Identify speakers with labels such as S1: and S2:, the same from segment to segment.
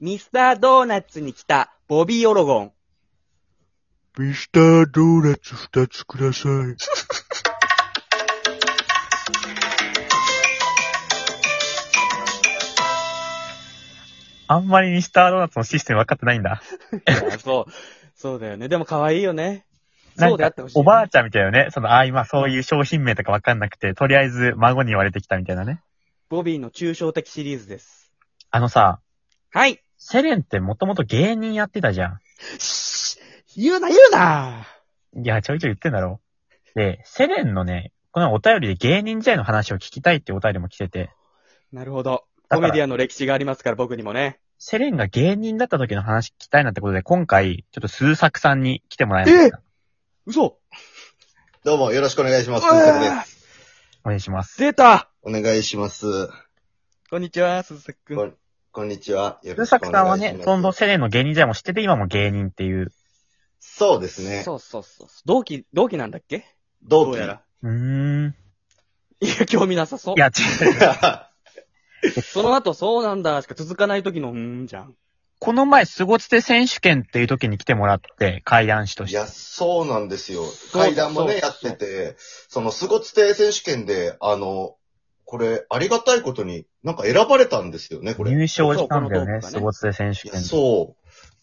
S1: ミスタードーナツに来た、ボビー・オロゴン。
S2: ミスタードーナツ二つください。
S3: あんまりミスタードーナツのシステム分かってないんだ。
S1: そう。そうだよね。でも可愛いよね。
S3: なん
S1: そ
S3: か
S1: うであってほしい、
S3: おばあちゃんみたいよね。その、あ、今そういう商品名とか分かんなくて、とりあえず孫に言われてきたみたいなね。
S1: ボビーの抽象的シリーズです。
S3: あのさ、
S1: はい。
S3: セレンってもともと芸人やってたじゃ。
S1: し言うな、言うなん
S3: いや、ちょいちょい言ってんだろ。で、セレンのね、このお便りで芸人時代の話を聞きたいってお便りも来てて、
S1: なるほど。
S3: だ
S1: コ
S3: から
S1: メディアンの歴史がありますから、僕にもね。
S3: セレンが芸人だった時の話聞きたいなってことで、今回、ちょっと鈴作さんに来てもらいました。
S1: 嘘
S4: どうもよろしくお願いします。鈴作です
S3: お願いします。
S1: 出た
S4: お願いします。
S1: こんにちは、鈴崎く
S4: こ
S1: ん。
S4: んこんにちは。よ
S3: 鈴
S4: ろしく
S3: 作さ
S4: お
S3: ん
S4: 願
S3: はい
S4: し
S3: ね
S4: ま、す。
S3: どんどんセレンの芸人時代も知ってて、今も芸人っていう。
S4: そうですね。
S1: そうそうそう。同期、同期なんだっけ
S4: 同期。
S1: どうやら。
S3: うーん。
S1: いや、興味なさそう
S3: い。や、違う。
S1: その後、そうなんだ、しか続かない時の、うーん、じゃん。
S3: この前、スゴツテ選手権っていう時に来てもらって、会談師とし
S4: い
S3: て
S4: や、。そうなんですよ。
S1: そう
S4: 階段もね、
S1: そ
S4: や
S1: う
S4: ってて、その、スゴツテ選手権で、あの、これ、ありがたいことに、なんか選ばれたんですよね、これ。
S3: 入賞したん
S1: そうこの
S3: だよ
S1: トークがね
S3: ね、スゴツテ選手
S4: いや
S3: 権で。
S4: そ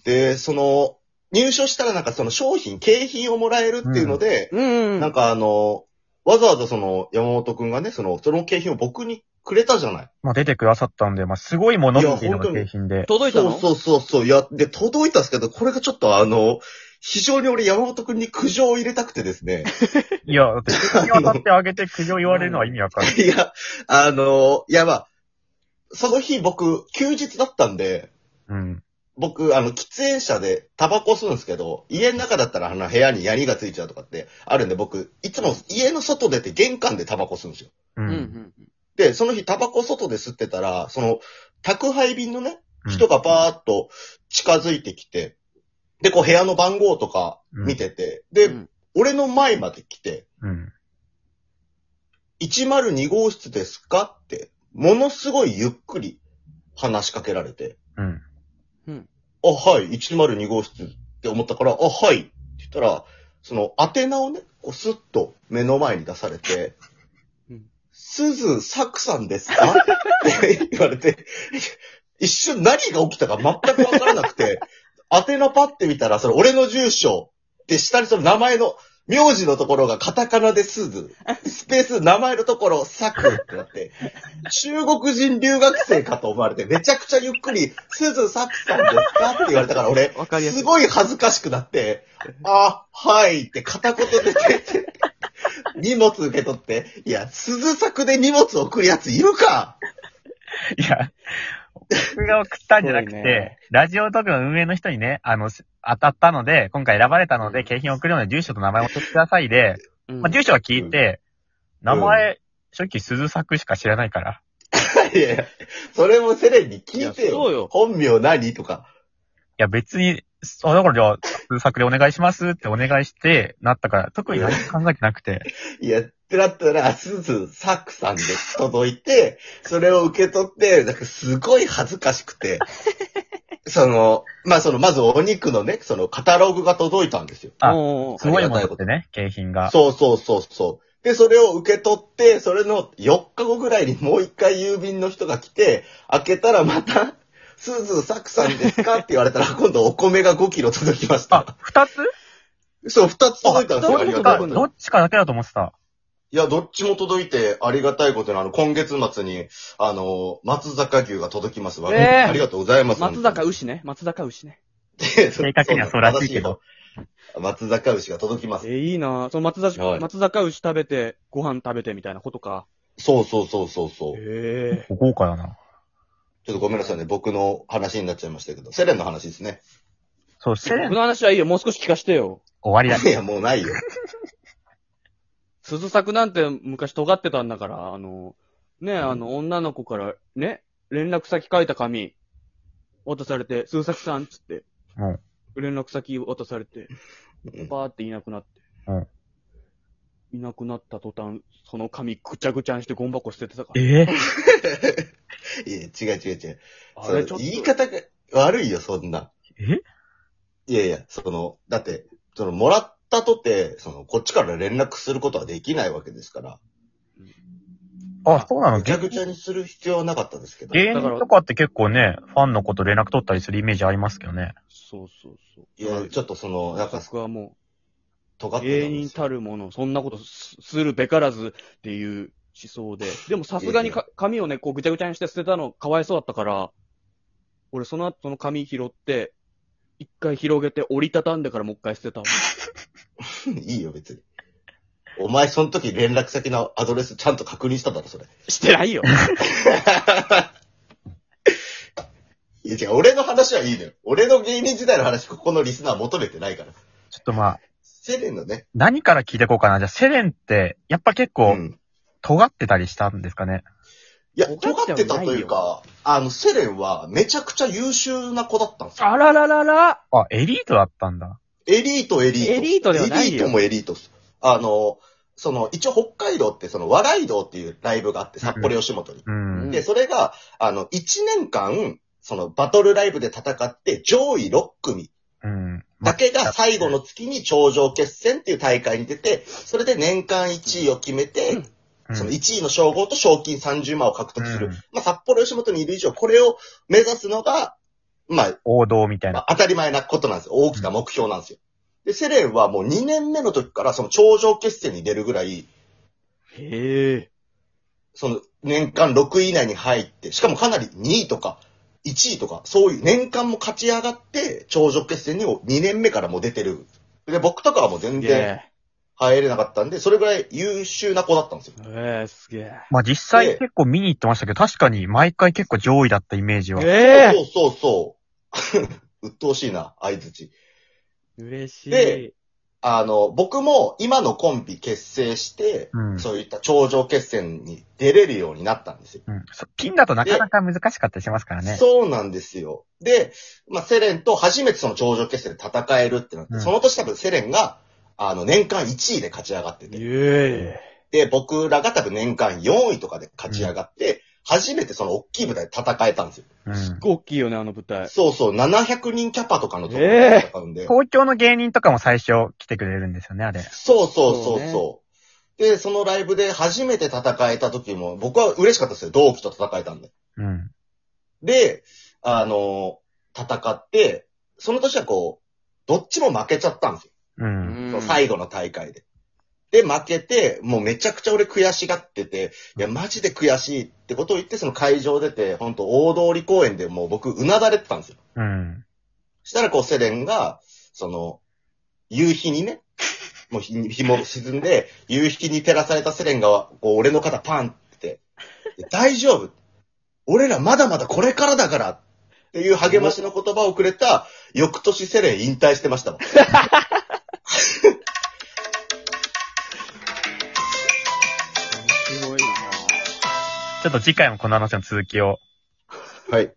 S4: う。で、その、入賞したらなんかその商品、景品をもらえるっていうので、
S1: うーん。
S4: なんかあの、わざわざその、山本くんがね、その、その景品を僕にくれたじゃない。
S3: まあ、出てくださったんで、まあ、すごいものっていうの
S4: いや
S3: が
S4: 本当
S3: 景
S4: に
S3: 品で。
S1: 届いたの
S4: そうそうそうそう。いや、で、届いたんですけど、これがちょっとあの、非常に俺山本くんに苦情を入れたくてですね。
S3: いや、だって、人に当たってあげて苦情言われるのは意味わかんない。
S4: いや、あの、いやまあ、その日僕、休日だったんで、
S3: うん。
S4: 僕、あの、喫煙者でタバコ吸うんですけど、家の中だったらあの部屋に槍がついちゃうとかってあるんで、僕、いつも家の外出て玄関でタバコ吸うんですよ。
S3: う。
S1: うんうんん。
S4: で、その日タバコ外で吸ってたら、その、宅配便のね、
S3: うん
S4: 人がバーッと近づいてきて、で、こう部屋の番号とか見てて、で、
S1: うん
S4: 俺の前まで来て、
S3: うん。
S4: 102号室ですかって、ものすごいゆっくり話しかけられて、
S3: うん。
S4: あ、はい、102号室って思ったから、あ、はい、って言ったら、その宛名をね、こうスッと目の前に出されて
S1: うん、
S4: すずさくさんですかって言われて、一瞬何が起きたか全くわからなくて、宛名パッて見たら、その俺の住所で下にその名前の、名字のところがカタカナですず、スペース名前のところ、サクってなって、中国人留学生かと思われて、めちゃくちゃゆっくり、すずさくさんですかって言われたから、俺、
S1: わかりやすい
S4: すごい恥ずかしくなって、あ、はいって片言で出てって、荷物受け取って、いや、鈴作で荷物送るやついるか
S3: いや、僕が送ったんじゃなく
S1: すご
S3: て、
S1: いね
S3: ラジオトークの運営の人にね、あの、当たったので、今回選ばれたので、景品を送るので、住所と名前を送ってくださいで、
S1: うん
S3: まあ、住所は聞いて、名前、正直鈴作しか知らないから。
S4: いやいや、それもセレンに聞い
S1: い
S4: て
S1: やそう
S4: よ。
S1: よ
S4: 本名何とか。
S3: いや、別に、そう、だからじゃあ、数作でお願いしますってお願いして、なったから、特に何も考えてなくて。
S4: いや、ってなったら、すずさくさんで届いて、それを受け取って、なんかすごい恥ずかしく て、その、まあその、まずお肉のね、そのカタログが届いたんですよ。
S3: あ
S1: おー
S3: すごいものってね、景品が。
S4: そうそうそうそう。で、それを受け取って、それの4日後ぐらいにもう一回郵便の人が来て、開けたらまた、すずさくさんですかって言われたら、今度お米が5キロ届きました。
S3: あ、二つ
S4: そう、2つ届いたんですよ。
S1: あ
S4: ありが
S1: そ
S4: た
S1: う
S4: い
S1: な
S4: こ
S1: んだ
S4: とに。
S3: どっちかだけだと思ってた。
S4: いや、どっちも届いて、ありがたいことに、あの、今月末に、あの、松坂牛が届きますわ。
S1: ええ
S4: ありがとうございます。
S1: 松坂牛ね。松坂牛ね。
S4: 正
S3: 正確にはそうらしいけど。
S4: 松坂牛が届きます。
S1: えー、いいなぁその松坂、
S4: はい
S1: 松坂牛食べて、ご飯食べてみたいなことか。
S4: そうそうそうそうそう。
S1: ええ
S3: 豪華だな。
S4: ちょっとごめんなさいね。僕の話になっちゃいましたけど。セレンの話ですね。
S3: そう、セレン
S1: 僕の話はいいよ。もう少し聞かしてよ。
S3: 終わりだ。
S4: いや、もうないよ。
S1: 鈴作なんて昔尖ってたんだから、あの、ね、あの、女の子から、ね、連絡先書いた紙、渡されて、鈴作さんっつって、
S3: うん
S1: 連絡先渡されて、
S4: うん
S1: バーっていなくなって、
S3: うん
S1: いなくなった途端、その紙ぐちゃぐちゃにしてゴミ箱捨ててたから。
S3: ええ
S4: いや違う違う違う。
S1: あれちょっと、
S4: 言い方が、悪いよ、そんな。
S3: え
S4: いやいや、その、だって、その、もらったとて、その、こっちから連絡することはできないわけですから、
S3: あ、そうなの
S4: ぐちゃぐちゃにする必要はなかったですけど。
S3: 芸人とかって結構ね、ファンのこと連絡取ったりするイメージありますけどね。
S1: そうそうそう。
S4: いや、ちょっとその、なんか、
S1: 僕はも
S4: 尖っ
S1: う、
S4: て
S1: 芸
S4: たんで
S1: 人
S4: すよ
S1: たるもの、そんなことすするべからずっていう思想で。でもさすがにか髪をね、こうぐちゃぐちゃにして捨てたのかわいそうだったから、俺その後その髪拾って、一回広げて折りたたんでからもう一回捨てたわ。
S4: いいよ、別に。お前、その時連絡先のアドレスちゃんと確認しただろ、それ。
S1: してないよ。
S4: いや、違う、俺の話はいいのよ。俺の芸人時代の話、ここのリスナー求めてないから。
S3: ちょっとまあ、
S4: セレンのね。
S3: 何から聞いていこうかな。じゃあ、セレンって、やっぱ結
S4: う
S3: 構、
S4: ん。
S3: 尖ってたりしたんですかね。
S4: いや、
S1: 尖って
S4: 尖
S1: はないよ
S4: ってたというか、あの、セレンはめちゃくちゃ優秀な子だったんですよ。
S1: あらららら
S3: あ、エリートだったんだ。
S4: エリート、エリート。
S1: エリートではないよ
S4: エリートもエリートっす。あの、その、一応北海道って、その、笑い道っていうライブがあって、札幌吉本に。
S3: うん。
S4: で、それが、あの、1年間、その、バトルライブで戦って、上位6組
S3: うん。ま
S4: だ
S3: あ、
S4: けが最後の月に頂上決戦っていう大会に出て、それで年間1位を決めて、
S3: うん
S4: その1位の称号と賞金30万を獲得する。
S3: うん
S4: まあ、札幌吉本にいる以上、これを目指すのが、まあ、
S3: 王道みたい
S4: ま
S3: な。
S4: あ、当たり前なことなんですよ。大きな目標なんですよ。で、セレンはもう2年目の時からその頂上決戦に出るぐらい、
S1: へえ。
S4: その年間6位以内に入って、しかもかなり2位とか1位とか、そういう年間も勝ち上がって、頂上決戦にも2年目からもう出てる。で、僕とかはもう全
S1: い
S4: 然
S1: や
S4: 入れなかったんで、それぐらい優秀な子だったんですよ。
S1: ええ、すげえ。
S3: まあ実際結構見に行ってましたけど、確かに毎回結構上位だったイメージは。
S1: ええ
S4: そうそうそう。 鬱陶しいな、相づち。
S1: 嬉しい
S4: で。あの、僕も今のコンビ結成して、
S3: うん。
S4: そういった頂上決戦に出れるようになったんですよ。
S3: うん、そピンだとなかなか難しかったりしますからね。
S4: そうなんですよ。で、まあ、セレンと初めてその頂上決戦で戦えるってなって、
S3: うん
S4: その年多分セレンが、あの、年間1位で勝ち上がって
S1: イ
S4: て、
S1: エ
S4: で、僕らが多分年間4位とかで勝ち上がって、初めてその大きい舞台で戦えたんですよ。
S3: う
S1: ーイ。すっ
S3: ん、
S1: ごい大きいよね、あの舞台。
S4: そうそう、700人キャパとかのところで戦うんで。
S3: 東京の芸人とかも最初来てくれるんですよね、あれ。
S4: そうそうそうそう。
S1: そ
S4: で、そのライブで初めて戦えた時も、僕は嬉しかったですよ。同期と戦えたんで。
S3: うん。
S4: で、あの、戦って、その年はこう、どっちも負けちゃったんですよ
S3: うん。
S4: その最
S1: 後。
S4: 後の大会で。で、負けて、もうめちゃくちゃ俺悔しがってて、いや、マジで悔しいってことを言って、その会場出て、ほんと大通公園でもう僕、うなだれてたんですよ。
S3: うん。
S4: したらこう、セレンが、その、夕日に ね、もう日日も沈んで、夕日に照らされたセレンが、こう、俺の肩パンって、で大丈夫俺らまだまだこれからだからっていう励ましの言葉をくれた、翌年セレン引退してましたもん。
S1: すごいな
S3: ちょっと次回もこの話の続きを。
S4: はい。